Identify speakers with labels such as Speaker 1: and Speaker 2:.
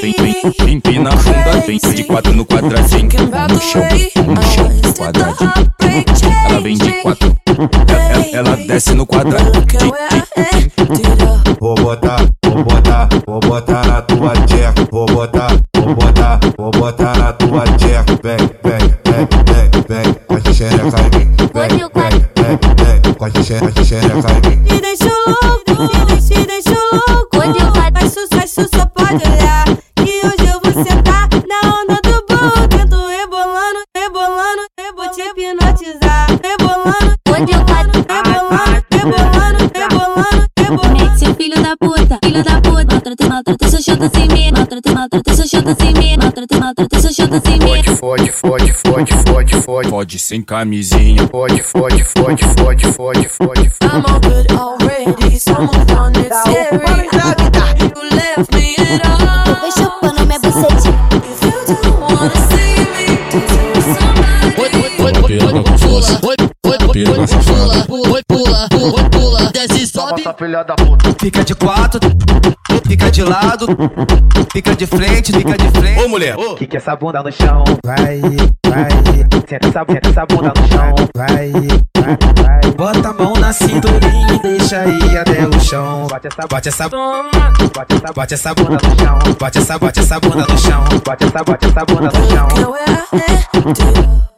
Speaker 1: vem, vem, vem na bunda, vem de quatro no quadradinho, no chão, no chão, no quadradinho. Ela vem de quatro, ela, ela desce no quadradinho.
Speaker 2: Vou botar, vou botar, vou botar na tua tcheca. Vou botar, vou botar, vou botar na tua tcheca. Vem, vem, vem, vem, vem. Com a xereca em mim. Vem, vem, vem, vem. Com a xe- com a xereca em mim.
Speaker 3: Me deixa louco, me deixa, me deixa louco. Onde eu vai, vai, su, vai, su, só pode olhar. Que hoje eu vou sentar na onda do bom. Tento rebolando, rebolando, vou te hipnotizar. Rebolando,
Speaker 4: Onde eu quadro,
Speaker 3: rebolando, rebolando, rebolando, rebolando.
Speaker 4: mete seu filho da puta, filho da puta. Maltrata, maltrata, seu chota sem medo. Maltrata, maltrata, seu chota sem medo. Maltrata, maltrata, seu chota sem medo.
Speaker 5: Fode, fode, fode, fode, fode,
Speaker 1: Pode sem camisinha,
Speaker 5: fode, fode, fode, fode, fode, fode, fode.
Speaker 6: I'm all good already. Someone found it scary. You left me in
Speaker 4: Eu
Speaker 6: awe.
Speaker 4: vou chupando minha bucetinha.
Speaker 6: If you don't wanna see me, don't tell somebody.
Speaker 7: Pula, pula, pula, pula, pula, pula, desce e sobe.
Speaker 8: Fica de quatro, fica de lado, fica de frente, fica de frente.
Speaker 1: ô mulher, ô.
Speaker 9: Que essa bunda no chão, vai, vai. Senta essa, senta essa bunda no chão, vai, vai, vai.
Speaker 8: Bota a mão na cinturinha e deixa ir até o chão.
Speaker 9: Bate essa, bate
Speaker 8: Bote essa,
Speaker 6: Toma,
Speaker 9: bate essa, bate
Speaker 8: bote essa
Speaker 9: essa
Speaker 8: bunda,
Speaker 9: bunda no chão,
Speaker 8: bote essa, bote essa bunda no chão.
Speaker 9: bate essa, bate essa bunda no chão.
Speaker 6: eu é, é,